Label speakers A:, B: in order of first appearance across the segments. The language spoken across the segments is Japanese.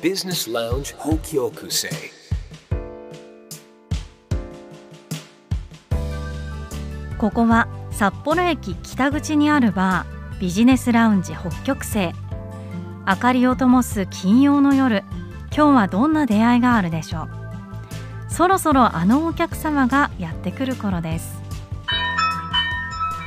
A: Business Lounge Hokyokusei.
B: 「ここは札幌駅北口にあるバービジネスラウンジ北極星」明かりを灯す金曜の夜今日はどんな出会いがあるでしょうそろそろあのお客様がやってくる頃です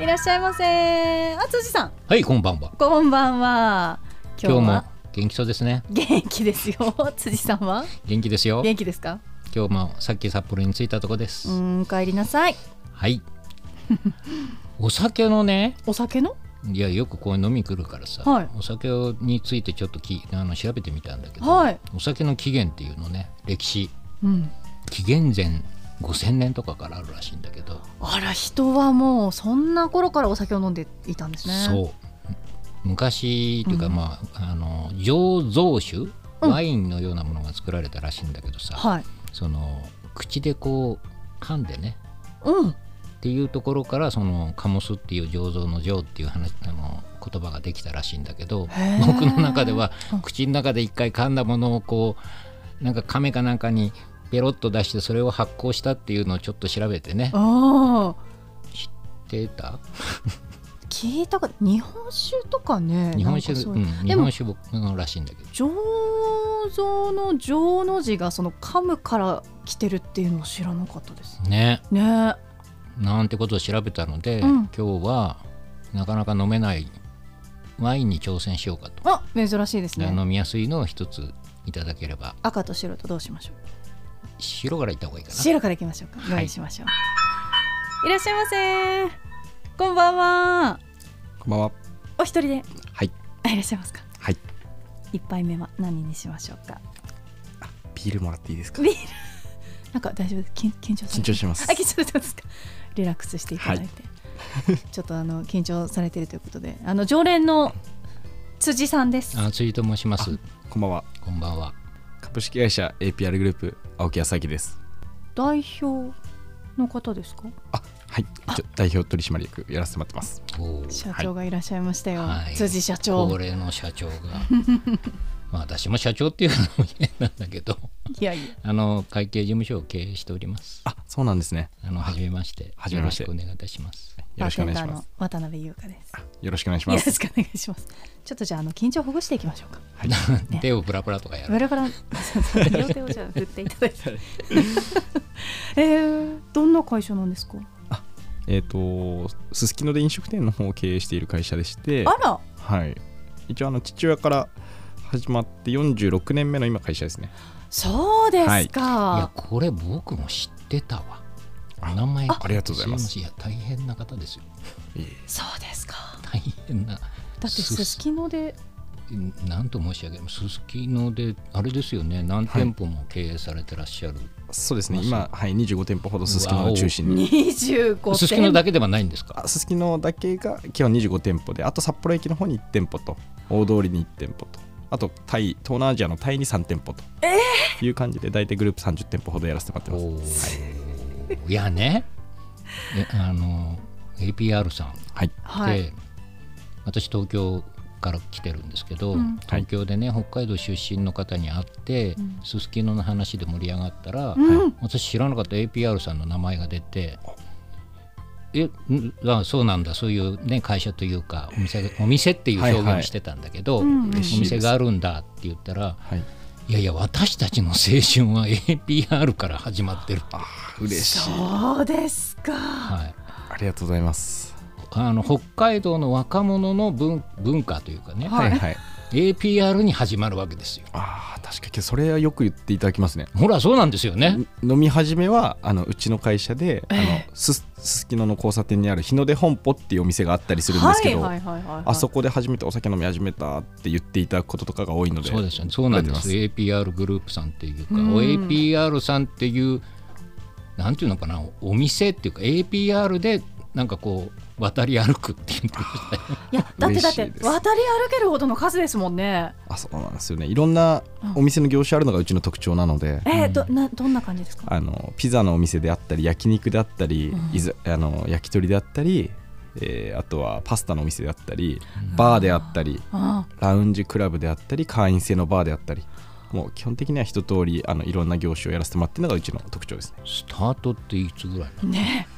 B: いらっしゃいませあつじさん
C: はい、こんばんは。
B: こんばんは今
C: 今
B: 日
C: 日
B: は
C: も元気そうですね。
B: 元気ですよ 辻さんは
C: 元気ですよ。
B: 元気ですか
C: 今日もさっき札幌に着いたとこです。
B: うんお帰りなさい
C: はい。お酒のね、
B: お酒の
C: いやよくこう飲み来るからさ、
B: はい
C: お酒についてちょっときあの調べてみたんだけど、
B: はい
C: お酒の起源っていうのね、歴史
B: うん
C: 紀元前5000年とかからあるらしいんだけど、
B: あら人はもうそんな頃からお酒を飲んでいたんですね
C: そう。昔っていうか、
B: うん
C: まああの醸造酒
B: うん
C: ワインのようなものが作られたらしいんだけどさ、
B: はい
C: その口でこう噛んでね
B: うん
C: っていうところからその「カモス」っていう醸造の「醸」っていう話あの言葉ができたらしいんだけど
B: へー
C: 僕の中では
B: うん
C: 口の中で一回噛んだものをこうなんか亀かなんかにペロッと出してそれを発酵したっていうのをちょっと調べてね
B: ああ
C: データ
B: 聞いたこと日本酒とかね
C: 日本酒
B: なんかそううんいう
C: 日
B: でも
C: 本酒のらしいんだけど
B: 醸造の醸の字がその噛むから来てるっていうのを知らなかったです
C: ね
B: ねあ
C: なんてことを調べたので、
B: うん
C: 今日はなかなか飲めないワインに挑戦しようかと、
B: 珍しいです
C: で
B: ね
C: 飲みやすいのを一ついただければ
B: 赤と白とどうしましょう
C: 白からいった方がいいかな。
B: 白からいきましょうか
C: はい
B: 用意しましょう、い、らっしゃいませこんばんは
D: こんばんは。
B: お一人で
D: はい。
B: あいらっしゃいますか
D: はい
B: 一杯目は何にしましょうか
D: ビールもらっていいですか
B: ビールなんか大丈夫です緊緊張され
D: 緊
B: て
D: 張します
B: あ緊。張されてますかリラックスしていただいて、 ちょっとあの緊張されてるということであの常連の辻さんです
C: あ、辻と申します。
D: こんばんは。
C: こんばんは。
D: 株式会社 APR グループ、青木康明です。
B: 代表の方ですか
D: あ、はい。一応代表取締役やらせてもらってます。
C: おー
B: 社長がいらっしゃいましたよ、
C: はい
B: 辻社長、
C: 高齢の 社長が。まあ、私も社長っていうのも変なんだけど、
B: い、やいや
C: あの会計事務所を経営しております。
D: あ、そうなんですね。
C: あの、初めまして。
D: はじめまして
C: よろしくお願いいたします。
D: よろしくお願いし
B: バーテンダー
D: ま
B: の
D: す。
B: 渡辺優香です
D: よろしくお願いし
B: よ
D: ま
B: ろ
D: す。
B: しくお願いしますちょっとじゃああの緊張ほぐしていきましょうか
D: はい。
B: ね
C: 手をブラブラとかや
B: ブ
C: る。
B: ラブラ両手をじゃあ振っていただいて えー、どんな会社なんですか
D: えっと、すすきので飲食店の方を経営している会社でして、
B: あら
D: はい。一応、あの、父親から始まって46年目の今、会社ですね。
B: そうですか、
C: いや、これ僕も知ってたわ。お名前
D: ありがとうございます
C: 知らないいや、大変な方ですよ。
D: いえいえ
B: そうですか
C: 大変な。
B: だってすすきので
C: なんと申し上げます。すすきので、あれですよね、何店舗も経営されてらっしゃる。
D: そうですね。今、はい、25店舗ほどすすきのを中心に。
B: 25店
C: すすきのだけではないんですか
D: あすすきのだけが基本25店舗であと札幌駅の方に1店舗と大通りに1店舗とあとタイ東南アジアのタイに3店舗という感じで大体グループ30店舗ほどやらせてもらってます
C: おーいやねえあの APR さんって、
D: はい
B: はい、
C: 私東京から来てるんですけど、
B: うん
C: 東京でね北海道出身の方に会って
B: うん
C: すすきのの話で盛り上がったら、
B: うん
C: 私知らなかった APR さんの名前が出て。えんあそうなんだそういう、ね、会社というかお店お店っていう表
D: はいは
C: 現を
D: い
C: してたんだけど、
B: うんうん
C: お店があるんだって言ったら
D: はい
C: いやいや私たちの青春は APR から始まってる
D: あー嬉しい
B: そうですか
C: はい、
D: ありがとうございます
C: あの北海道の若者の文文化というかね、
D: はいはい
C: APR に始まるわけですよ。
D: あー確かにそれはよく言っていただきますね
C: ほらそうなんですよね。
D: 飲み始めはあのうちの会社であの
B: え
D: すすすきのの交差点にある日の出本舗っていうお店があったりするんですけど、
B: はいはいはいはいはい、
D: あそこで初めてお酒飲み始めたって言っていただくこととかが多いので
C: そうですよね。そうなんです。
D: あり
C: APR グループさんっていうか、
B: うん
C: APR さんっていうなんていうのかな、お店っていうか APR でなんかこう渡り歩くっていうのが
B: いやだってだっ
D: 嬉していです
B: 渡り歩けるほどの数ですもんね
D: あそうなんですよねいろんなお店の業種あるのがうちの特徴なので、
B: えー
C: うん
B: どなどんな感じですか
D: あのピザのお店であったり焼肉であったり、
B: うん
D: いずあの焼き鳥であったり、えーあとはパスタのお店であったりバーであったり
B: あ
D: ラウンジクラブであったり会員制のバーであったりもう基本的には一通りあのいろんな業種をやらせてもらってるのがうちの特徴ですね。
C: スタートっていつぐらいなの
E: ねえ。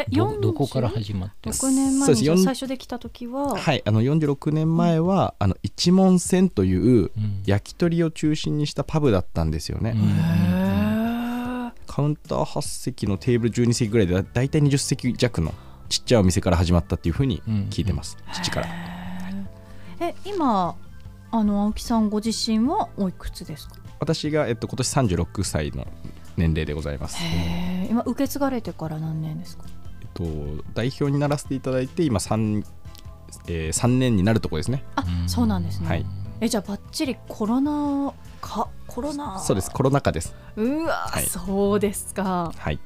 E: え、
C: どどこから始まって
E: 6年前
D: そうで
E: に
D: す
E: じゃあ
D: 四
E: 最初できた時は、
D: はい、あの46年前は、あの一門船という
C: うん
D: 焼き鳥を中心にしたパブだったんですよね、
C: うんうん
E: へ
D: カウンター8席のテーブル12席ぐらいでだだいたい20席弱のちっちゃいお店から始まったっていうふうに聞いてます、父から
E: ええ今あの青木さんご自身はおいくつですか
D: 私が、えっと、今年36歳の年齢でございます、え
E: へえ今受け継がれてから何年ですか
D: っと、代表にならせていただいて今 3,、えー三年になるとこですね、
E: あそうなんですね、
D: はい
E: えじゃあばっちりコロナかコロナ
D: そうですコロナ禍です
E: うわ、
D: はい
E: そうですか
D: はい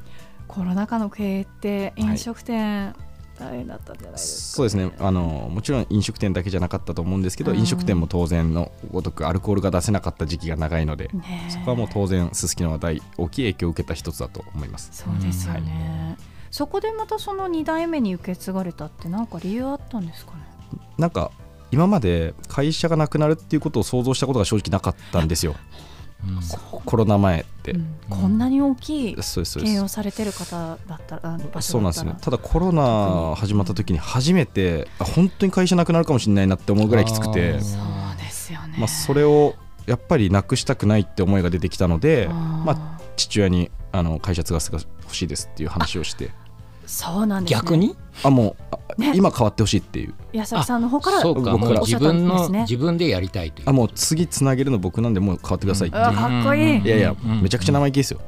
E: コロナ禍の経営って飲食店、大変だったんじゃないですか
D: そうですねあのもちろん飲食店だけじゃなかったと思うんですけど
E: うん
D: 飲食店も当然のごとくアルコールが出せなかった時期が長いので、
E: ねえ
D: そこはもう当然すすきのは大大きい影響を受けた一つだと思います
E: そうですよね、そこでまたその2代目に受け継がれたってなんか理由あったんですかね
D: なんか今まで会社がなくなるっていうことを想像したことが正直なかったんですよ
C: うん
D: コロナ前って、
E: うんこんなに大きい
D: そうですそう
E: 経
D: で
E: 営
D: す
E: をされてる方だったらあ場所だったら
D: そうなんですねただコロナ始まった時に初めてあ本当に会社なくなるかもしれないなって思うぐらいきつくて
C: あー
E: そうですよね、
D: まあ、それをやっぱりなくしたくないって思いが出てきたので
E: ま
D: まあ、父親にあの会社継がせてほしいですっていう話を して
E: そうなんです、ね、
C: 逆に
D: あもうあ
E: ね
D: 今変わってほしいっていう
E: 矢崎さんの方から
C: そうか
D: 僕
C: も
D: か
C: う
D: ら
C: 自分
E: おっしゃっ
C: の、
E: たんですね
C: 自分でやりたいという
D: あもう次つなげるの僕なんでもう変わってくださいっていう
E: うわかっこいい
D: いやいやめちゃくちゃ生
C: 前
D: 意気ですよ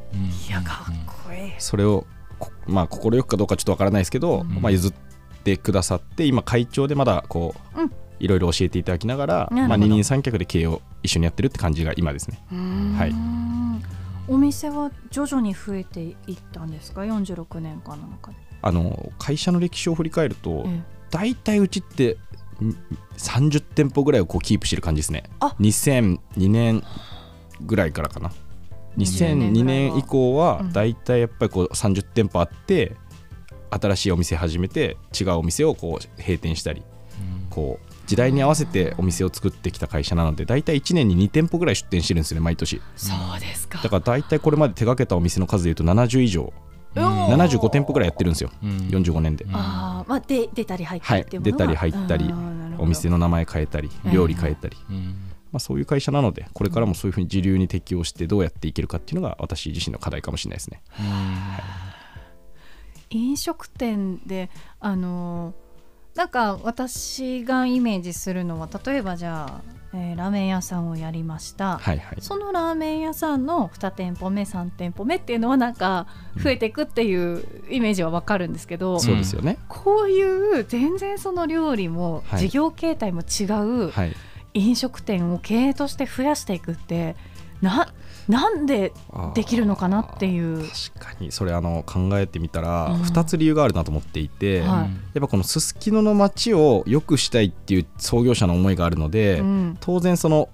E: いやかっこいい、
D: それをこまあ快くかどうかちょっとわからないですけど、
E: うん
D: まあ、譲ってくださって今会長でまだこう、
E: うん
D: いろいろ教えていただきながら
E: なるほど
D: まあ、二人三脚で経営を一緒にやってるって感じが今ですね
E: うーん
D: はい
E: お店は徐々に増えていったんですか46年間の中で、
D: あの会社の歴史を振り返ると、
E: ええ
D: 大体うちってん30店舗ぐらいをこうキープしてる感じですね
E: あ
D: 2002年ぐらいからかな
E: 2002
D: 2002年以降は
E: うん
D: 大体やっぱりこう30店舗あって、新しいお店始めて違うお店をこう閉店したりこう時代に合わせてお店を作ってきた会社なので大体1年に2店舗ぐらい出店してるんですよね毎年
E: そうですか
D: だから大体これまで手掛けたお店の数でいうと70以上
E: うん
D: 75店舗ぐらいやってるんですよ45年で
C: うん
E: ああまあで出たり入った
D: は
E: りっ
D: い
E: ていうも
D: 出
E: のが
D: たり入ったり
E: うんなるほど
D: お店の名前変えたり
E: うん
D: 料理変えたり、
C: うん
D: まあ、そういう会社なのでこれからもそういうふうに時流に適応してどうやっていけるかっていうのが私自身の課題かもしれないですね
E: 飲食店であのなんか私がイメージするのは例えばじゃあ、えーラーメン屋さんをやりました、
D: はいはい
E: そのラーメン屋さんの2店舗目3店舗目っていうのはなんか増えていくっていうイメージはわかるんですけど、
D: そうですよね、
E: こういう全然その料理も
D: はい
E: 事業形態も違う
D: はい
E: 飲食店を経営として増やしていくってななんでできるのかなって
D: う
E: いう。
D: 確かにそれあの考えてみたら
E: うん
D: 2つ理由があるなと思っていて、
E: は
D: や
E: い
D: っぱこのすすきのの街を良くしたいっていう創業者の思いがあるので、
E: うん
D: 当然その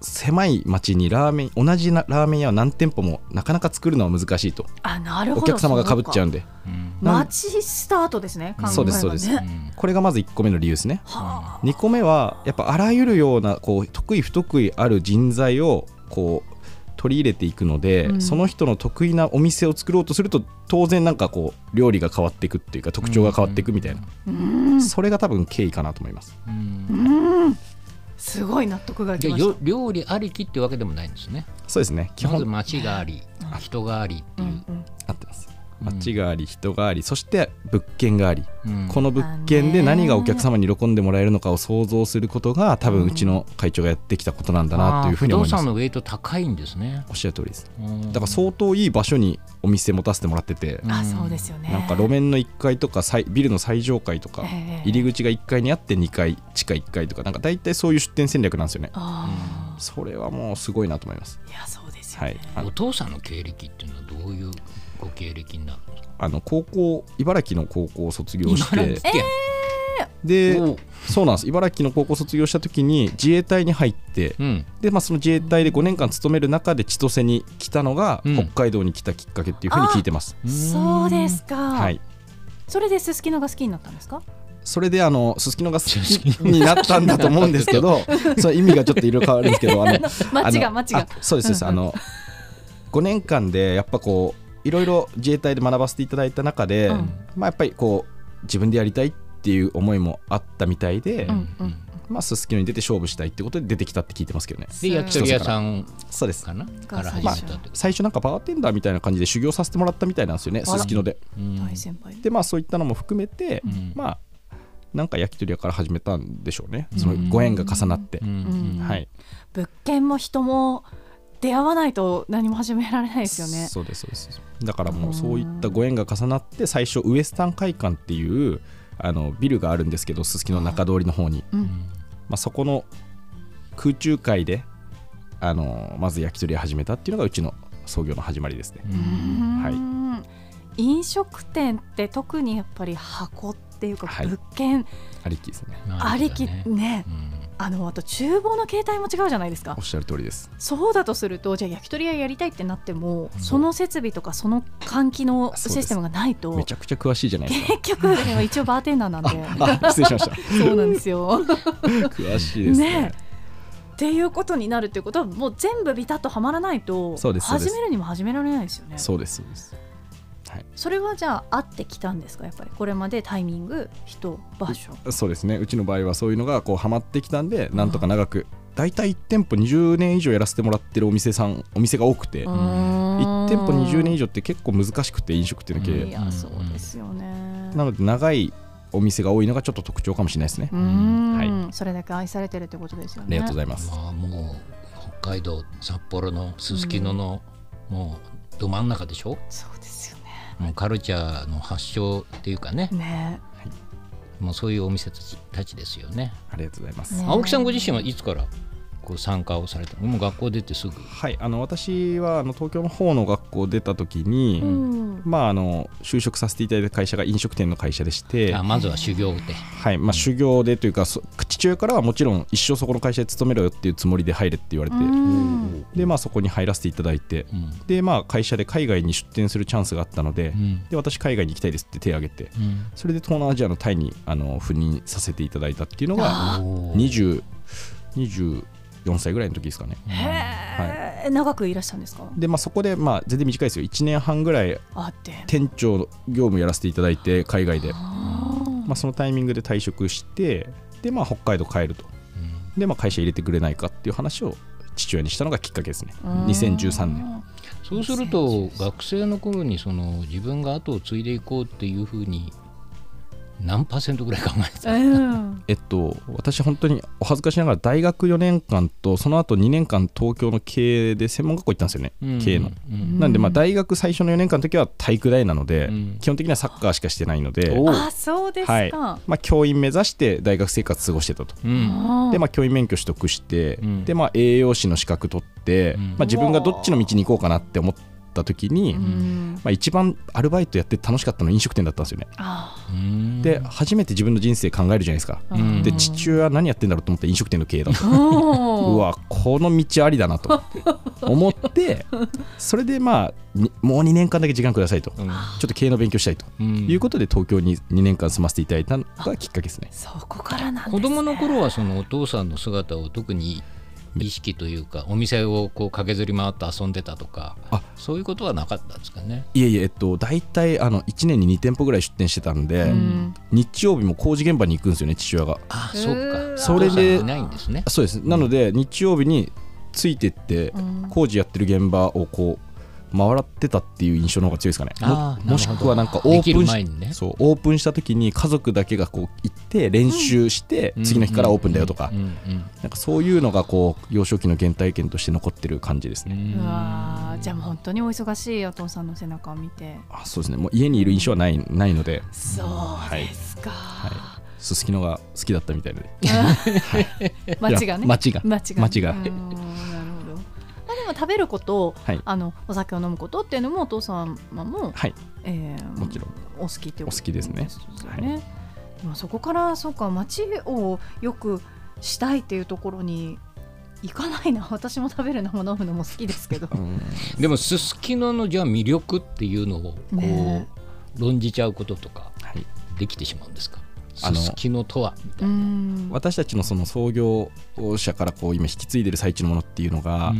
D: 狭い街にラーメン同じなラーメン屋を何店舗もなかなか作るのは難しいと
E: あなるほ
D: お
E: ど
D: 客様がかぶっちゃう
E: そ
D: んで
C: うん
E: か街スタートですね考えはね
D: そうですそうですこれがまず1個目の理由ですね
E: は
D: 2個目はやっぱあらゆるようなこう得意不得意ある人材をこう取り入れていくので、
E: うん
D: その人の得意なお店を作ろうとすると当然なんかこう料理が変わっていくっていうか特徴が変わっていくみたいな、
E: うん
D: それが多分経緯かなと思います
C: うん
E: うんすごい納得がい
C: じ
E: き
C: ゃあ
E: まし
C: よ料理ありきってわけでもないんですね
D: そうですね基
C: まず
D: 本
C: 街があり人がありって
E: た、
C: いううん
E: うん
D: 合ってます
C: うん
D: 街があり人がありそして物件があり、
C: うん
D: この物件で
E: あね
D: 何がお客様に喜んでもらえるのかを想像することが多分うちの会長がやってきたことなんだなというふうに思い
C: あー不動
D: ます、
C: 産のウェイト高いんですね
D: おっしゃる通りです
C: うん
D: だから相当いい場所にお店持たせてもらってて、
E: あそうですよね
D: なんか路面の1階とか最ビルの最上階とか、
E: ええ
D: 入り口が1階にあって2階地下1階とかなんか大体そういう出店戦略なんですよね
E: あ
D: それはもうすごいなと思います
E: ーいやそうですよ
D: は
E: ね、
D: いあ
C: お
D: の
C: 父さんの経歴っていうのはどういうご経歴になるんですか
D: あの高校茨城の高校を卒業し
C: 茨
D: て
C: 城県
D: で
C: おう
D: そうなんです茨城の高校卒業した時に自衛隊に入って
C: うん
D: で、まあ、その自衛隊で5年間勤める中で千歳に来たのが
C: うん
D: 北海道に来たきっかけっていうふうに聞いてます、
E: そうですか、
D: はい
E: それですすきのが好きになったんですか
D: それであのすすきのが好きになったんだと思うんですけどそう意味がちょっといろいろ変わるんですけどあ の
E: 間違い
D: あの
E: 間違い
D: あそうですそうですあの5年間でやっぱこういろいろ自衛隊で学ばせていただいた中で、
E: うん
D: まあやっぱりこう自分でやりたいっていう思いもあったみたいで、
E: うんうん
D: まあすすきのに出て勝負したいってことで出てきたって聞いてますけどね
C: で焼き鳥屋さん
D: そうです
C: かな
E: か
C: からら
E: 始
C: 始
E: め
C: め
E: た
C: た
E: っ
C: ってて
D: 最初なんかバーテンダーみたいな感じで修行させてもらったみたいなんですよね
E: あら
D: すすきので
E: 大先輩
D: でまあそういったのも含めて、
C: ん
D: まあなんか焼き鳥屋から始めたんでしょうね、
C: うん
D: そのご縁が重なって、
E: ん
D: はい
E: 物件も人も出会わないと何も始められないですよね
D: そうですそうですだからもうそういったご縁が重なって最初ウエスタン会館っていうあのビルがあるんですけどすすきの中通りの方に、
E: うん
D: まあ、そこの空中会であのまず焼き鳥屋始めたっていうのがうちの創業の始まりですねはい
E: はい、飲食店って特にやっぱり箱っていうか
D: はい
E: 物件
D: ありきですね
E: ありきね,、あのあと厨房の形態も違うじゃないですか
D: おっしゃる通りです
E: そうだとするとじゃあ焼き鳥屋やりたいってなっても
D: う
E: その設備とかその換気
D: そ
E: の
D: うです
E: システムがないと
D: めちゃくちゃ詳しいじゃないですか
E: 結局でも一応バーテンダーなんで
D: あ失礼しました
E: そうなんですよ。
D: 詳しいですね
E: ねっていうことになるっていうことはもう全部ビタッとはまらないと
D: そうですそうです
E: 始めるにも始められないですよね。
D: そうですそうです
E: それはじゃあ合ってきたんですかやっぱりこれまでタイミング人場所
D: そうですねうちの場合はそういうのがこうハマってきたんでなんとか長く大体1店舗20年以上やらせてもらってるお店さんお店が多くて、
E: うーん
D: 1店舗20年以上って結構難しくて飲食店の経
C: 上
E: い
D: 営、
E: やそうですよね。
D: なので長いお店が多いのがちょっと特徴かもしれないですね、
E: うーん、
D: は
E: それだけ愛されてるってことですよ
D: あ
E: ね。
D: りがとうございます、
C: まあもう北海道札幌のすすきのの、もうど真ん中でしょ
E: そうですよね。
C: もうカルチャーの発祥っていうかね
E: ね
C: もうそういうお店たちたちですよね
D: ありがとうございます、
E: ね
C: 青木さんご自身はいつからこう参加をされたのもう学校出てすぐ
D: はいあの私はあの東京の方の学校出た時に、
E: うん
D: まああの就職させていただいた会社が飲食店の会社でして
C: あまずは修行で
D: はいまあ、修行でというかそ父親からはもちろん一生そこの会社で勤めろよっていうつもりで入れって言われて、
E: うん
D: でまあ、そこに入らせていただいて、
C: うん
D: でまあ、会社で海外に出店するチャンスがあったので,、
C: うん
D: で私海外に行きたいですって手を挙げてそれで東南アジアのタイにあの赴任させていただいたっていうのが
E: あ
D: 20 24歳ぐらいの時ですかね
E: へえ長くいらしたんですか
D: で、まあ、そこで、まあ、全然短いですよ1年半ぐらい
E: あって。
D: 店長の業務やらせていただいて海外で、
E: あー
D: まあ、そのタイミングで退職してで、まあ、北海道帰ると
C: うん
D: で、まあ、会社入れてくれないかっていう話を父親にしたのがきっかけですね
E: うん
D: 2013年
C: そうすると学生の頃にその自分が後を継いでいこうっていうふうに何パーセントぐらい考えてた
E: うん
D: えっと、私、本当にお恥ずかしながら大学4年間とその後2年間東京の経営で専門学校行ったんですよね、経営の。
C: うん
D: なんで、まあ大学最初の4年間の時は体育大なので、
C: うん
D: 基本的にはサッカーしかしてないので、
C: おう
E: あそうですか、
D: はいまあ、教員目指して大学生活過ごしてたと。
C: うん
E: あー
D: で、まあ、教員免許取得して、
C: うん
D: でまあ、栄養士の資格取って、
C: うん
D: まあ、自分がどっちの道に行こうかなって思った時に、
E: う
D: ま
E: ん
D: あ、一番アルバイトやって楽しかったのは飲食店だったんですよね。
E: あ
C: うん
D: で初めて自分の人生考えるじゃないですか。
E: ー
C: うん
D: で父親は何やってんだろうと思って飲食店の経営だと。
E: おー
D: うわこの道ありだなと思ってそれでまあにもう2年間だけ時間くださいとちょ
C: うん
D: っと経営の勉強したいと
C: うん
D: いうことで東京に2年間住ませていただいたのがきっかけですね
E: そこからなんです、ね、
C: 子供の頃はそのお父さんの姿を特に意識というかお店をこう駆けずり回って遊んでたとか
D: あ
C: そういうことはなかったんですかね。
D: いえいえ、えっと、大体あの1年に2店舗ぐらい出店してたんで、
E: うん
D: 日曜日も工事現場に行くんですよね父親が
C: あ
E: う
C: そう
E: ーわ
C: か
D: それで
C: お父さんいないんですね。
D: そうですなので日曜日についてって
E: うん
D: 工事やってる現場をこう回ってたっていう印象の方が強いですかね
C: あー
D: ももしくはなんかオ
C: でき
D: ープ
C: る
D: ンし
C: 前にね。
D: そうオープンした時に家族だけがこう行って練習して、次の日からオープンだよとか、
C: うんうん
D: なんかそういうのがこう幼少期の原体験として残ってる感じです
C: う
D: ね、
C: ん
E: うわーじゃあもう本当にお忙しいお父さんの背中を見て
D: あそうですねもう家にいる印象はないないので
E: そうですか、
D: すすきのが好きだったみたいで
E: 街がね
D: 街が
E: 街が
D: 街が
E: うんなるほどまあでも食べること、
D: はい
E: あのお酒を飲むことっていうのもお父様も、
D: はい
E: えー
D: もちろん
E: お好きってこと
D: お好きですね
E: よねでもそこからそうか街をよくしたいっていうところに行かないな 私も食べるのも飲むのも好きですけ ど
C: でもすすきののじゃあ魅力っていうのをこ
E: ね
C: う論じちゃうこととか
D: はい
C: できてしまうんですか。
D: あの
C: すすきのとは
E: うん
D: 私たちのその創業者からこう今引き継いでる最中のものっていうのが、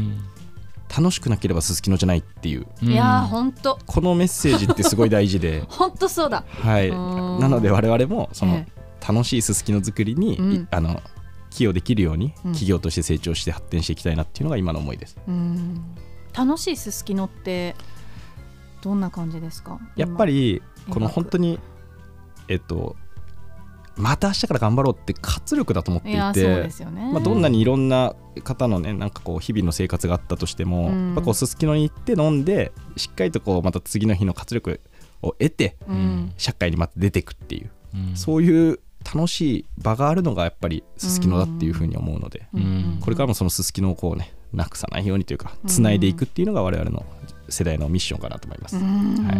D: 楽しくなければすすきのじゃないっていう
E: いやー
C: ん
E: ほんと
D: このメッセージってすごい大事で
E: ほんとそうだ
D: はい
E: うん
D: なので我々もその
E: え
D: 楽しいすすきの作りに、
E: うん
D: いあの寄与できるように
E: うん
D: 企業として成長して発展していきたいなっていうのが今の思いです、
E: うん楽しいすすきのってどんな感じですか
D: やっぱり
E: 今
D: この本当にえっとまた明日から頑張ろうって活力だと思って
E: 今
D: い
E: い
D: て
E: やそうですよね、
D: まあ、どんなにいろんな方のねなんかこう日々の生活があったとしても、
E: うん
D: やっぱこうすすきのに行って飲んでしっかりとこうまた次の日の活力を得て
E: うん
D: 社会にまた出てくっていう、
C: うん
D: そういう楽しい場があるのがやっぱりすすきのだっていうふうに思うので、
E: うんうん
D: これからもそのすすきのをこうねなくさないようにというか
E: うん
D: つないでいくっていうのが我々の世代のミッションかなと思います、
E: うん
D: はい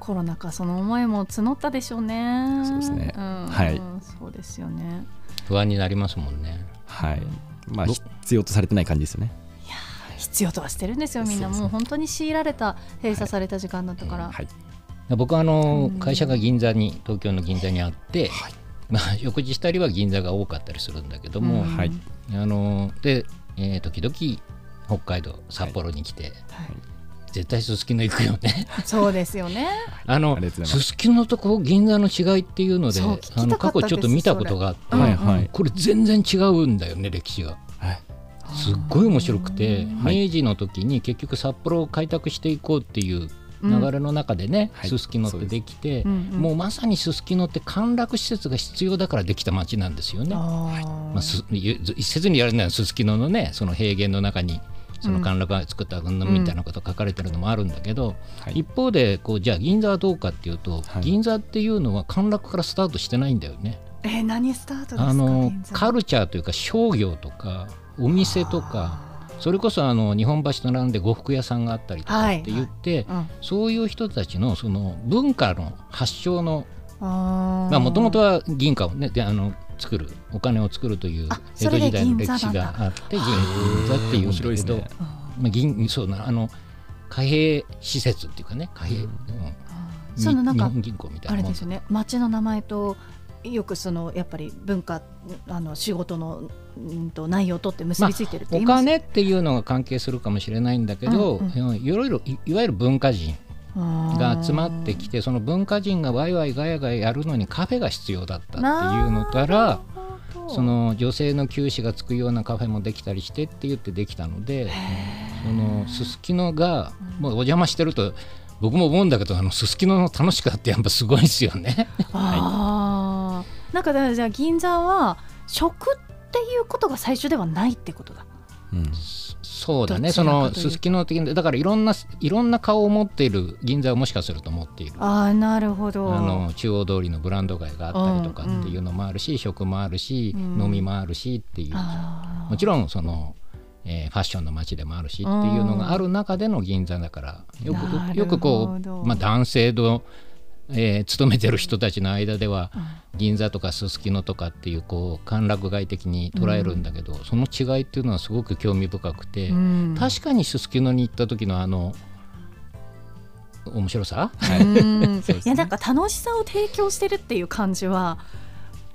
E: コロナ禍その思いも募ったでしょうね
D: そうですね
E: ん
D: はい
E: そうですよね
C: 不安になりますもんね
D: はいまあ必要とされてない感じですよね
E: 必要とはしてるんですよみんな
D: そうですね
E: もう本当に強いられた閉鎖された時間だったから、
D: はい
C: 僕はあの
E: うん
C: 会社が銀座に東京の銀座にあって、
D: はい
C: まあ、食事したりは銀座が多かったりするんだけど
E: うん
C: も、
D: はい
C: あので、えー時々北海道札幌に来て、絶対すすきの行くよね
E: そうですよね
C: あの
D: ありがとうございます
C: すすきのとこ銀座の違いっていうので
E: そう聞きたか
C: あ
E: ったで
C: の
E: す
C: 過去ちょっと見たことがあって、
E: それ
D: はいはい
C: これ全然違うんだよね歴史が。
D: はい
C: すっごい面白くて
E: うん
C: 明治の時に結局札幌を開拓していこうっていう流れの中でね
D: はい
C: すすきのってできて、
E: うんうん
C: もうまさにすすきのって陥落施設が必要だからできた町なんですよね。
E: あー
C: まあ、すゆず一説にやるならすすきののねその平原の中にその陥落が作ったうんぬんみたいなこと書かれてるのもあるんだけど、
D: はい
C: 一方でこうじゃあ銀座はどうかっていうと、
D: はい
C: 銀座っていうのは陥落からスタートしてないんだよね。
E: えー何スタートですか
C: あの
E: 現在
C: カルチャーというか商業とかお店とかそれこそあの日本橋と並んで呉服屋さんがあったりとか
E: は
C: っ
E: い
C: て言って、
E: うん
C: そういう人たちのその文化の発祥の
E: あ
C: もともと
E: は
C: は銀貨をねであの作るお金を作るという
E: あ
C: 江
E: そ
C: 戸
E: れで
C: 時代の
E: 銀座
C: 歴
E: なんだ
C: 史があって銀座っていうんだけど、
D: ね
C: まあ、銀そうなあの貨幣施設っていうかね貨幣、うん
E: そのなん
C: 日
E: か
C: 本銀行みた
E: あ
C: い
E: れ
C: なもん
E: ですよね町の名前とよくそのやっぱり文化あの仕事のうんと内容とって結びついてるって言
C: お
E: います、
C: 金っていうのが関係するかもしれないんだけど、
E: うん
C: うんいろいろいいわゆる文化人が集まってき
E: て
C: てその文化人がワイワイガヤガヤやるのにカフェが必要だったっていうのからその女性の教師がつくようなカフェもできたりしてって言ってできたのでそのすすきのがもうお邪魔してると僕も思うんだけどあのすすきのの楽しかってやっぱすごいですよ ね。
E: あーなんかだからじゃあ銀座は食っていうことが最初ではないってことだ
D: うん
C: そうだね
E: どちら
C: そ
E: かという
C: の
E: と
C: すすきの的なだからいろんないろんな顔を持っている銀座をもしかすると持っている
E: あーなるほど
C: あの中央通りのブランド街があったりとかっていうのもあるし、食もあるし、
E: うん
C: 飲みもあるしっていう
E: あー
C: もちろんその、えーファッションの街でもあるしっていうのがある中での銀座だからよ
E: なるほど
C: くよくこう、まあ、男性と、えー勤めてる人たちの間では銀座とかすすきのとかっていうこう歓楽街的に捉えるんだけど、その違いっていうのはすごく興味深くて、
E: うん
C: 確かにすすきのに行った時のあの面白さ
E: うん
D: そうで
E: い
D: すね
E: やなんか楽しさを提供してるっていう感じは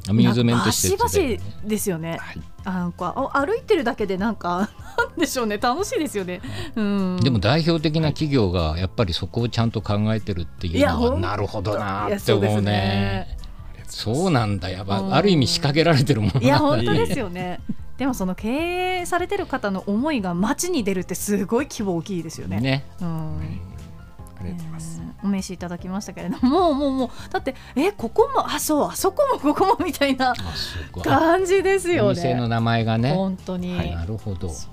C: アミューズメント施
E: し
C: 設
E: バ
C: で、
E: シですよね。
D: はい
E: なんかあ歩いてるだけでなんか なんでしょうね楽しいですよね。うん。
C: でも代表的な企業がやっぱりそこをちゃんと考えてるってい
E: いうや
C: の
E: ほ
C: は
E: んと
C: なるほどない
E: や
C: ーっ
E: そ
C: て
E: うです
C: 思う
E: ね
C: ね。そうなんだやばい
E: うん
C: ある意味仕掛けられてるもん
E: いや
C: な
E: 本当ですよね。でもその経営されてる方の思いが街に出るってすごい規模大きいですよね。
C: ね
E: うん。
D: ありがとうございます、
E: えーお召しいただきましたけれども、もうもうもうだってえここもあそうあそこもここもみたいな
C: あすごい
E: 感じですよ
C: お店の
E: ね。
C: 名前がね
E: 本当に。
C: なるほど
E: そう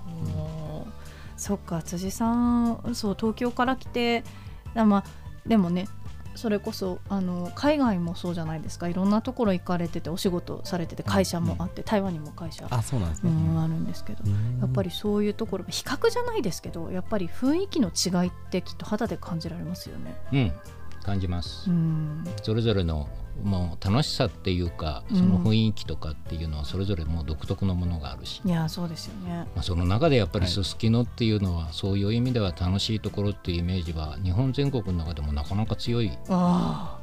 E: そっか辻さんそう東京から来てあまあでもねそれこそあの海外もそうじゃないですかいろんなところ行かれててお仕事されてて会社もあって、台湾にも会社
D: あそうなんです
E: う
D: ね、
E: んあるんですけどやっぱりそういうところ比較じゃないですけどやっぱり雰囲気の違いってきっと肌で感じられますよね。
C: うん感じます
E: うん
C: それぞれのもう楽しさっていうか
E: うん
C: その雰囲気とかっていうのはそれぞれもう独特のものがあるし
E: いやそうですよね。
C: まあその中でやっぱり
D: はい
C: すすきのっていうのはそういう意味では楽しいところっていうイメージは日本全国の中でもなかなか強い
E: あ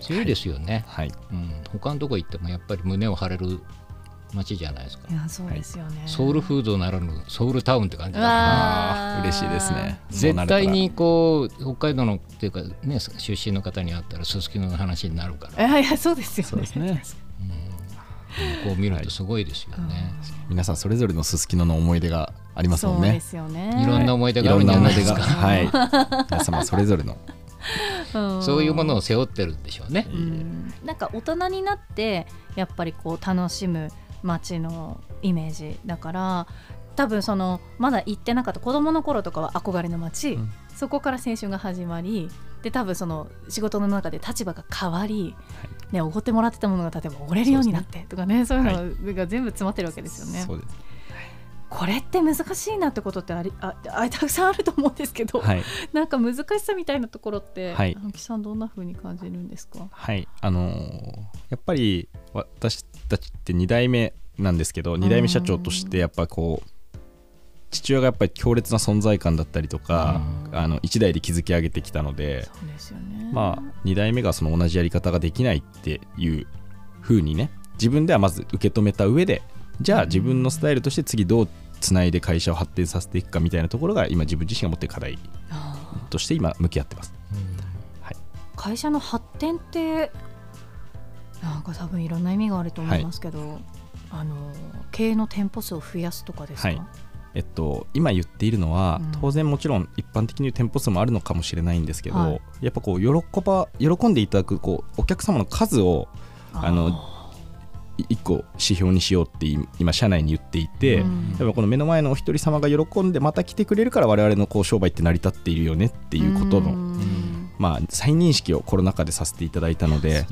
C: 強いですよね、
D: はい、
C: うん、他のとこ行ってもやっぱり胸を張れる街じゃないですか
E: いやそうですよね、
C: ソウルフードならぬソウルタウンって感じだから
D: あ
E: あー
D: ー嬉しいですねそうな
C: 絶
D: るから
C: 対にこう北海道のっていうかね出身の方に会ったらすすきのの話になるから、
E: いやいやそうですよね
D: そうですね
C: うんこう見るとすごいですよね、
D: 皆さんそれぞれのすすきのの思い出がありますもん
E: そうで
D: ね
E: すよね
C: いろんな思い出があるんじゃないですか
D: はいいろんな思い出がはい 皆様それぞれの
E: ん
C: そういうものを背負ってるんでしょうね
E: う、んなんか大人になってやっぱりこう楽しむ街のイメージだから多分そのまだ行ってなかった子供の頃とかは憧れの街、
D: うん
E: そこから青春が始まりで多分その仕事の中で立場が変わり、ね、おごってもらってたものが例えば折れるようになってとかねそういうのが全部詰まってるわけですよね。
D: そうです
E: これって難しいなってことってありああたくさんあると思うんですけど、
D: はい
E: なんか難しさみたいなところって、
D: はい
E: 青木さんどんな風に感じるんですか
D: はいあのーやっぱり私たちって2代目なんですけど2代目社長としてやっぱこう父親がやっぱり強烈な存在感だったりとかあの1代で築き上げてきたので
E: そうですよね。
D: まあ2代目がその同じやり方ができないっていう風にね自分ではまず受け止めた上でじゃあ自分のスタイルとして次どうつないで会社を発展させていくかみたいなところが今自分自身が持っている課題
E: あ
D: として今向き合ってます。
E: ー会社の発展ってなんか多分いろんな意味があると思いますけど、あの経営の店舗数を増やすとかですか、
D: はいえっと、今言っているのは、
E: うん
D: 当然もちろん一般的に言う店舗数もあるのかもしれないんですけど、
E: はい
D: やっぱこう喜ば喜んでいただくこうお客様の数を
E: ー
D: あのい一個指標にしようってい今社内に言っていて、
E: うん
D: やっぱこの目の前のお一人様が喜んでまた来てくれるから我々のこう商売って成り立っているよねっていうことの、
E: うん
D: まあ、再認識をコロナ禍でさせていただいたので。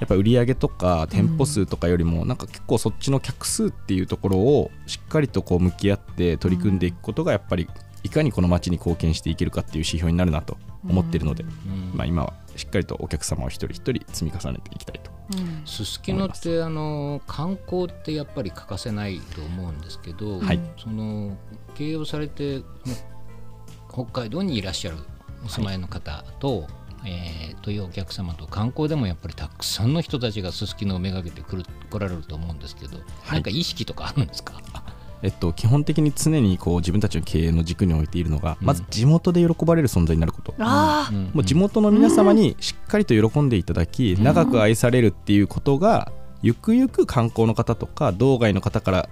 D: やっぱ売り上げとか店舗数とかよりもなんか結構そっちの客数っていうところをしっかりとこう向き合って取り組んでいくことがやっぱりいかにこの街に貢献していけるかっていう指標になるなと思ってるので、
C: うん
D: まあ、今はしっかりとお客様を一人一人積み重ねていきたいと
E: うん
C: すすきのってあの観光ってやっぱり欠かせないと思うんですけど、
D: はい
C: その経営をされてもう北海道にいらっしゃるお住まいの方と、えーというお客様と観光でもやっぱりたくさんの人たちがすすきのをめがけてくる来られると思うんですけど、
D: はい
C: なんか意識とかあるんですか
D: えっと、基本的に常にこう自分たちの経営の軸に置いているのが、
C: うん
D: まず地元で喜ばれる存在になること。
E: あー
C: ん
D: もう地元の皆様にしっかりと喜んでいただき、
C: うん
D: 長く愛されるっていうことがゆくゆく観光の方とか道外の方から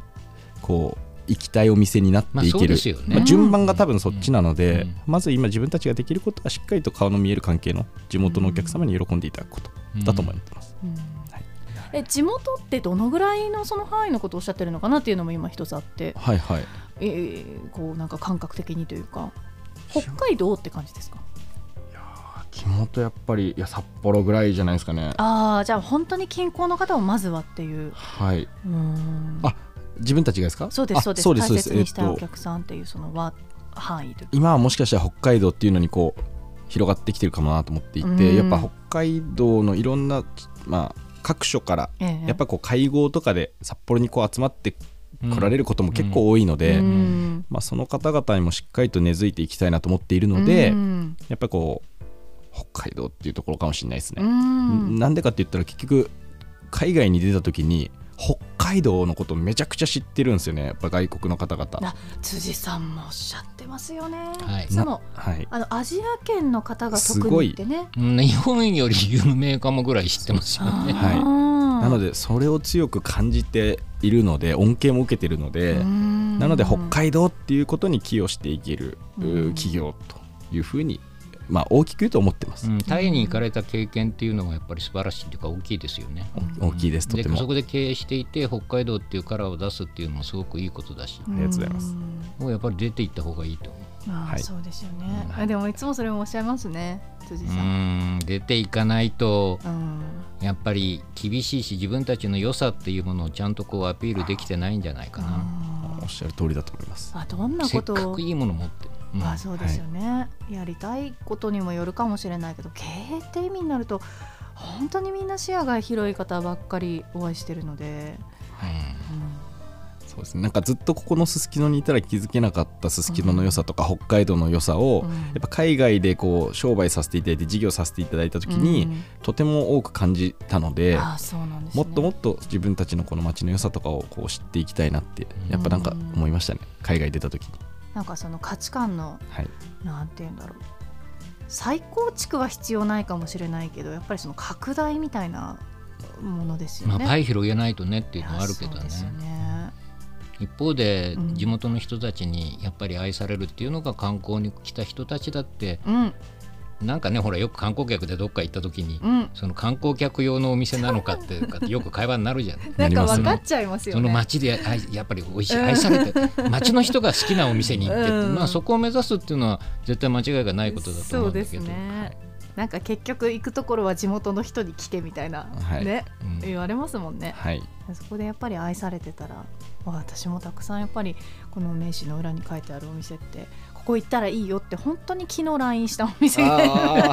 D: こう行きたいお店になって
C: まあ
D: い
C: そう
D: ける、
C: ですよね
D: まあ順番が多分そっちなので、
C: うん
D: まず今自分たちができることはしっかりと顔の見える関係の地元のお客様に喜んでいただくことだと思います。
E: うん
D: はい
E: え地元ってどのぐらいのその範囲のことをおっしゃってるのかなっていうのも今一つあって、
D: はいはい、
E: えーこうなんか感覚的にというか北海道って感じですか
D: 地元やっぱりいや札幌ぐらいじゃないですかね。
E: ああじゃあ本当に近郊の方をまずはっていう
D: はい、
E: うーん
D: あ自分たちがですか
E: そうです
D: あ
E: そうです
D: そうです
E: 大切にしたい
D: えっ
E: お
D: と
E: 客さんっていうそのは範囲というか
D: 今はもしかしたら北海道っていうのにこう広がってきてるかもなと思っていて、
E: うん
D: やっぱ北海道のいろんな、まあ、各所から
E: ええ
D: やっぱこう会合とかで札幌にこう集まって来られることも結構多いので、
E: うん
D: まあ、その方々にもしっかりと根付いていきたいなと思っているので、
E: うん
D: やっぱりこう北海道っていうところかもしれないです
E: う
D: ね。
E: ん
D: なんでかって言ったら結局海外に出た時に北海道のことめちゃくちゃ知ってるんですよねやっぱ外国の方々。
E: あ辻さんもおっしゃってますよね、
C: はい
E: いつも
D: はい、
E: あのアジア圏の方が
D: す
E: 特
D: ごい
E: にってね
C: うん日本より有名かもぐらい知ってますよね。
D: はいな
E: な
D: のでそれを強く感じているので恩恵も受けているので、な
E: な
D: ので北海道っていうことに寄与していける、うー
E: うん
D: 企業というふうに、まあ、大きく言うと思ってます、
C: うん、タイに行かれた経験っていうのがやっぱり素晴らしいというか大きいですよね。
D: お大きいですと
C: で
D: て
C: そ
D: も
C: こで経営していて北海道っていうカラーを出すっていうのもすごくいいことだし、
D: ありがとうございます
C: もうやっぱり出ていった方がいいと思う。
E: まあ、
D: はい
E: そうですよね、
D: はい
E: でもいつもそれもおっしゃいますね辻
C: う
E: さん、
C: ーん出ていかないと
E: うん
C: やっぱり厳しいし自分たちの良さっていうものをちゃんとこうアピールできてないんじゃないかな。
D: おっしゃる通りだと思います
E: あどんな
C: せ
E: こ
C: っ
E: と
C: か
E: を
C: くいいもの持って、うん
E: あそうですよね、やりたいことにもよるかもしれないけど経営って意味になると本当にみんな視野が広い方ばっかりお会いしてるので、
C: う
E: うん
D: そうですねなんかずっとここのすすきのにいたら気づけなかったすすきのの良さとか、北海道の良さを、
E: うん
D: やっぱ海外でこう商売させていただいて事業させていただいた時に、
E: うん
D: とても多く感じたので
E: ああそうなんです、ね、
D: もっともっと自分たちのこの街の良さとかをこう知っていきたいなってやっぱなんか思いましたね、海外出た時に、
E: なんかその価値観の
D: はい、
E: なんて言うんだろう再構築は必要ないかもしれないけどやっぱりその拡大みたいなものですよ
C: まあ、
E: ね。
C: パイ広げないとねっていうのはあるけど
E: いやそう
C: ね
E: ですよね
C: 一方で
E: うん
C: 地元の人たちにやっぱり愛されるっていうのが観光に来た人たちだって
E: うん
C: なんかねほらよく観光客でどっか行った時に、
E: うん。
C: その観光客用のお店なのかっていうかよく会話になるじゃない。
E: なんか
D: なります
E: 分
D: ね
E: かっちゃいますよ
C: そ
E: ね。
C: の町であいやっぱり美味しい
E: うん
C: 愛されて町の人が好きなお店に行ってって、
E: うん
C: まあ、そこを目指すっていうのは絶対間違いがないことだと思うんだけ
E: そう
C: ど、
E: ですね
C: は
E: なんか結局行くところは地元の人に来てみたいな、
D: はい
E: ね
C: いうん
E: 言われますもんね。
D: はい、
E: そこでやっぱり愛されてたらわあ私もたくさんやっぱりこの名刺の裏に書いてあるお店ってここ行ったらいいよって本当に昨日 LINE したお店
D: あ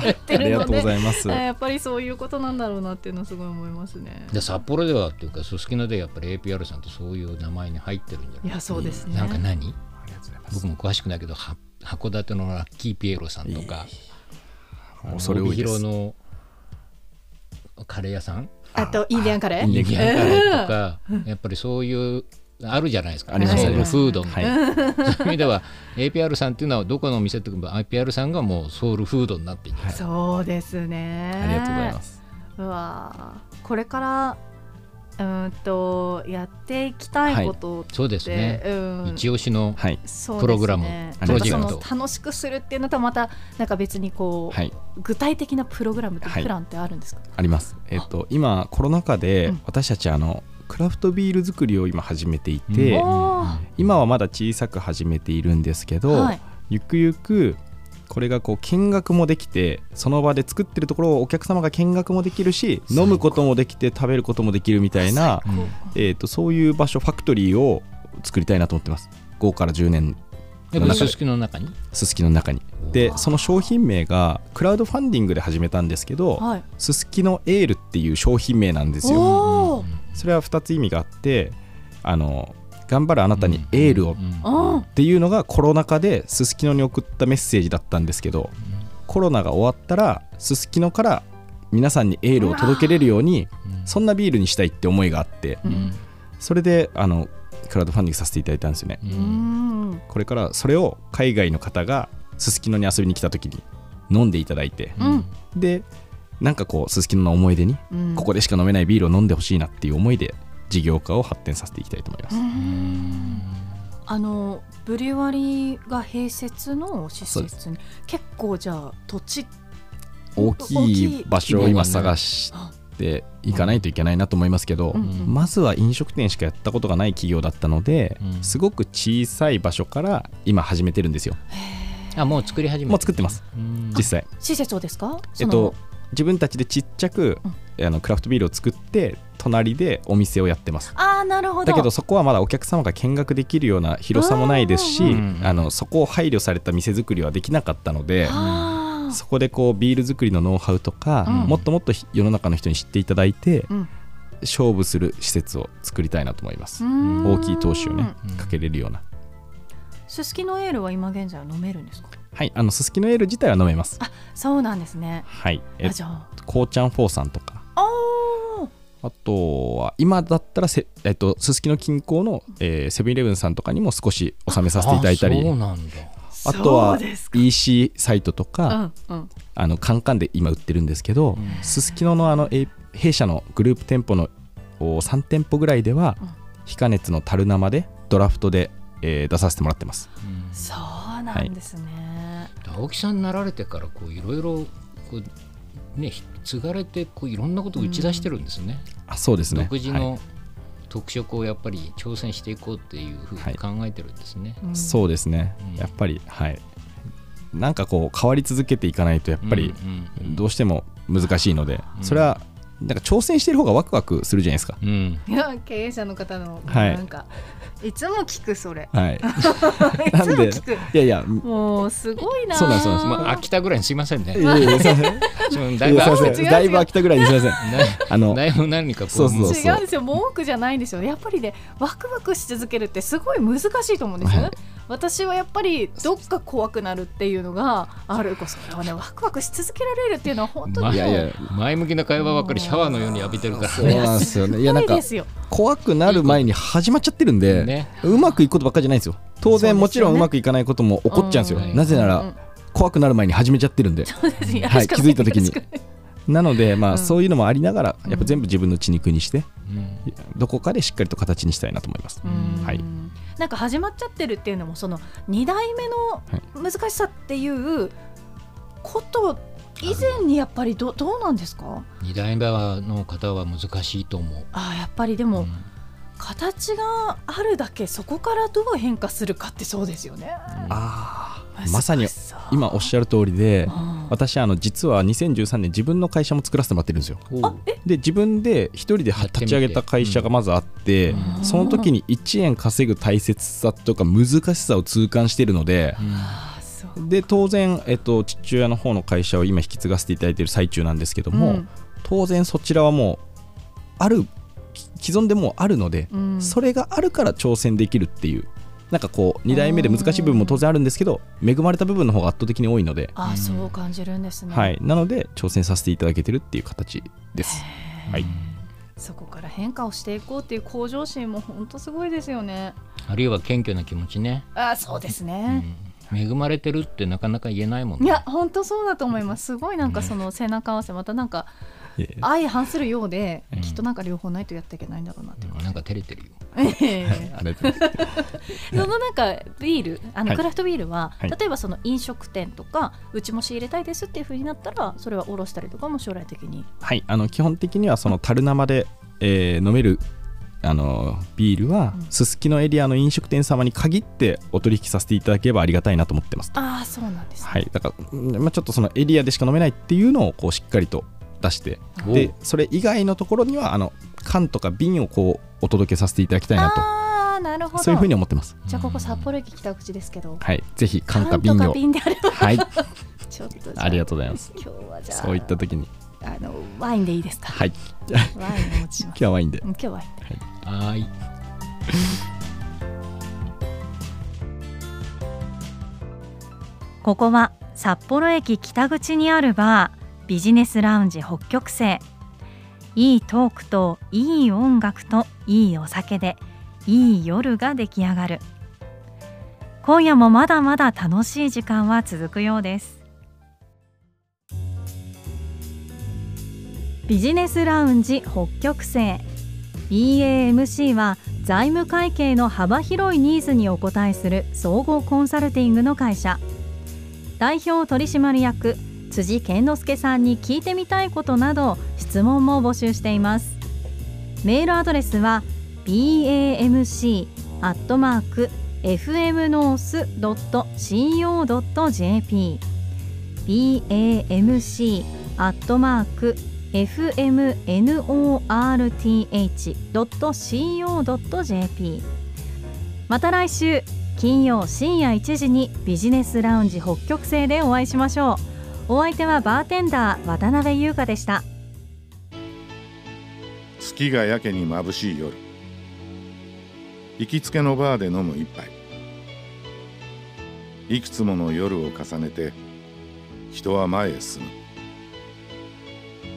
E: やって
D: あり
E: る
D: が
E: の
D: とうご
E: で
D: ざいます
E: あやっぱりそういうことなんだろうなっていうのはすごい思いますね。
C: で札幌ではっていうかすすきのでやっぱり APR さんってそういう名前に入ってるんじゃ
E: い
C: ない
E: やそうですね。
C: なんか何
D: ありがとうございま
C: 僕も詳しくないけどは函館のラッキーピエロさんとか
D: もうそれ多
C: 帯
D: いで
C: 広
D: す
C: のカレー屋さん
E: あとインディアンカレ
C: インデ
E: ー。
C: ィアンカレーとかやっぱりそういうあるじゃないですか
D: あります
E: ね
C: ソウルフードみたいな
D: はい、
C: そういう意味では APR さんっていうのはどこのお店っていうか APR さんがもうソウルフードになっていて、
E: そうですね。
D: ありがとうございます
E: うわーこれからうーんとやっていきたいことって、
C: そうですね、
E: うん
C: 一押しの、
D: はい
E: そうですね
C: プログラム
D: プロジェク
E: なん
D: ト
E: かその楽しくするっていうのとはまたなんか別にこう、
D: はい
E: 具体的なプログラムと
D: はい
E: プランってあるんですか、
D: あります。えっと今コロナ禍で
E: うん
D: 私たちあのクラフトビール作りを今始めてい
C: うん
D: て、
E: おー
D: 今はまだ小さく始めているんですけど、
E: はい
D: ゆくゆくこれがこう見学もできてその場で作ってるところをお客様が見学もできるし
C: 最高
D: 飲むこともできて食べることもできるみたいな、
C: うん
D: えっとそういう場所ファクトリーを作りたいなと思ってます5から10年
C: でこのすすきの中に
D: すすきの中にでその商品名がクラウドファンディングで始めたんですけど、
E: はい
D: すすきのエールっていう商品名なんですよ
E: おー
D: それは2つ意味があってあの頑張るあなたにエールをっ
E: うん
D: ていうのがコロナ禍でススキノに送ったメッセージだったんですけどコロナが終わったらススキノから皆さんにエールを届けれるようにそんなビールにしたいって思いがあって
E: うん
D: それであのクラウドファンディングさせていただいたんですよね
E: うーん
D: これからそれを海外の方がススキノに遊びに来た時に飲んでいただいて
E: うん
D: でなんかこうススキノの思い出に
E: うん
D: ここでしか飲めないビールを飲んでほしいなっていう思いで事業化を発展させていきたいと思います。
E: あのブリュワリーが併設の施設に結構じゃあ土地
D: 大きい場所を今探していかないといけないなと思いますけど、
E: うんうん
D: まずは飲食店しかやったことがない企業だったので、
C: うん
D: すごく小さい場所から今始めてるんですよ。
C: あもう作り始めて
D: もう作ってます
C: うん
D: 実際、
E: 施設をですか
D: えっと、自分たちでちっちゃく、あのクラフトビールを作って隣でお店をやってます。
E: ああーなるほど
D: だけどそこはまだお客様が見学できるような広さもないですし、
C: うんうんうん
D: あのそこを配慮された店作りはできなかったので、
E: あー
D: そこでこうビール作りのノウハウとか、
E: うん
D: もっともっと世の中の人に知っていただいて、
E: うん
D: 勝負する施設を作りたいなと思います
E: うー、ん
D: 大きい投資をね
C: うん
D: かけれるような
E: すすきのエールは今現在は飲めるんですか
D: はいあのすすきのエール自体は飲めます
E: そうなんですね
D: はいえ
E: あ
D: っ
E: じゃあ
D: とこうちゃんフォーさんとか
E: おー
D: あとは今だったらせえっとすすきの近郊のえーセブンイレブンさんとかにも少し納めさせていただいた
C: あそう
D: り
C: なんだ
D: あとは
E: そうですか
D: EC サイトとか、
E: うんうん
D: あのカンカンで今売ってるんですけどすすきののあのえ弊社のグループ店舗のお3店舗ぐらいでは、
E: うん
D: 非加熱の樽生でドラフトで、えー出させてもらってます
C: うん
E: そうなんですね、
C: 青木さんになられてからこういろいろこうね引き継がれてこういろんなことを打ち出してるんですね、
D: あそうですね
C: 独自
D: は
C: の特色をやっぱり挑戦していこうっていうふう
D: は
C: に
D: い
C: 考えてるんですね。
E: うん
D: いそうですね、
C: うん
D: やっぱりはいなんかこう変わり続けていかないとやっぱり
C: うんうんうん
D: どうしても難しいので、
C: うん
D: それはなんか挑戦してる方がワクワクするじゃないですか。
C: うん
E: いや経営者の方の
D: はい
E: なんか、い、つも聞 くそれ
D: はい、 い
E: いつも聞く
D: やいや、
E: もうすごいな
D: そうなんですそうなんです
C: まあ、飽きたぐらいにすいませんね
D: い。やいやすいません
C: その
D: だ
C: だ
D: い
C: いぶ
D: ぶ
C: 飽き
E: 違う違う
D: だいぶ飽きたぐらいにすいません。
C: な
D: あの
C: だいぶ何かこう
D: そうそう
E: 違うんですよ文句じゃないんですよやっぱりねワクワクし続けるってすごい難しいと思うんですよね、
D: はい
E: 私はやっぱりどっか怖くなるっていうのがあるこそれはねワクワクし続けられるっていうのは本当にもう
C: まあ
D: いやいや、
C: 前向きな会話ばっかりシャワーのように浴びてるから
D: そう
C: ね。
D: なんですよね。いやなん
E: 無理
D: か
E: ですよ
D: 怖くなる前に始まっちゃってるんで、
C: ね
D: うまくいくことばっかりじゃないんですよ。当然、もちろんうまくいかないことも起こっちゃうんですよ。
C: うん
D: なぜな
E: うん
D: ら怖くなる前に始めちゃってるんで。
E: いや
D: はい
E: 確か
D: 気づいた時 に
E: 確か
D: なので、ま
E: うん
D: あ、そういうのもありながら、やっぱ全部自分の血肉にして、
C: うん
D: どこかでしっかりと形にしたいなと思います。
E: うん
D: はい
E: なんか始まっちゃってるっていうのもその2代目の難しさっていうこと以前にやっぱりどどうなんですか
C: 二代目の方は難しいと思う。
E: あーやっぱりで
C: う
E: も、
C: ん
E: 形があるだけそこからどう変化するかってそうですよね。
D: ああ、まさに
E: 難しそう
D: 今おっしゃる通りで、
E: うん
D: 私あの実は2013年自分の会社も作らせてもらってるんですよ
C: おう
D: で自分で一人で
C: やってみて
D: 立ち上げた会社がまずあって
C: うん
D: その時に1円稼ぐ大切さとか難しさを痛感しているので
E: あーそう
D: で当然、えっと、父親の方の会社を今引き継がせていただいている最中なんですけども、
E: うん
D: 当然そちらはもうあるき既存でもうあるので、
E: うん
D: それがあるから挑戦できるっていうなんかこう2代目で難しい部分も当然あるんですけど恵まれた部分の方が圧倒的に多いので、
E: あーそう感じるんですね。
D: はい、なので挑戦させていただけてるっていう形です。
E: へー
D: はい
E: そこから変化をしていこうっていう向上心も本当すごいですよね。
C: あるいは謙虚な気持ちね。
E: あーそうです
C: う
E: ね。
C: ん恵まれてるってなかなか言えないもん
E: い
C: ね
E: や。本当そうだと思います。すごいなんかその背中合わせまたなんか相反するようで、
C: うん
E: きっとなんか両方ないとやっていけないんだろうなっていう
C: うんなんか照れてるよ。
D: ありがとうございます
E: そのなんかビールあの
D: はい
E: クラフトビールは、
D: はい
E: 例えばその飲食店とかうちも仕入れたいですっていうふうになったらそれはおろしたりとかも将来的に
D: はい、あの基本的にはその樽生で、えー飲めるあのビールは
E: うん
D: すすきのエリアの飲食店様に限ってお取引させていただければありがたいなと思ってます。
E: ああそうなんですね、
D: はい、だから、うんまあ、ちょっとそのエリアでしか飲めないっていうのをこうしっかりと出して
C: おう
D: でそれ以外のところにはあの缶とか瓶をこうお届けさせていただきたいなと
E: ああなるほど
D: そういうふうに思ってます。
E: じゃあここ札幌駅北口ですけど
D: はい、ぜひ缶か
E: 缶と
D: 瓶
E: か
D: を。
E: 瓶であれば
D: はい、
E: ちょっとじゃ
D: ありがとうございます。
E: 今日はじゃあ
D: そういった時に、
E: あのワインでいいですか
D: はい、
E: ワインお持ちしま
D: 今
E: す
D: 日はワインで
E: う。ん今日ワインで
C: はーい。
B: ここは札幌駅北口にあるバービジネスラウンジ北極星いいトークといい音楽といいお酒でいい夜が出来上がる今夜もまだまだ楽しい時間は続くようですビジネスラウンジ北極星 BAMC は財務会計の幅広いニーズにお応えする総合コンサルティングの会社代表取締役辻健之介さんに聞いてみたいことなど質問も募集していますメールアドレスは bamc アットマーク fmnorth.co.jp bamc アットマーク fmnorth.co.jp また来週金曜深夜1時にビジネスラウンジ北極星でお会いしましょうお相手はバーテンダー渡辺優香でした
F: 月がやけに眩しい夜行きつけのバーで飲む一杯いくつもの夜を重ねて人は前へ進む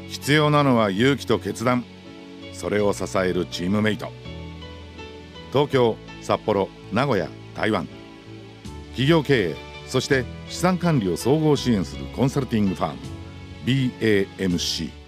F: 必要なのは勇気と決断それを支えるチームメイト東京札幌名古屋台湾企業経営そして資産管理を総合支援するコンサルティングファーム BAMC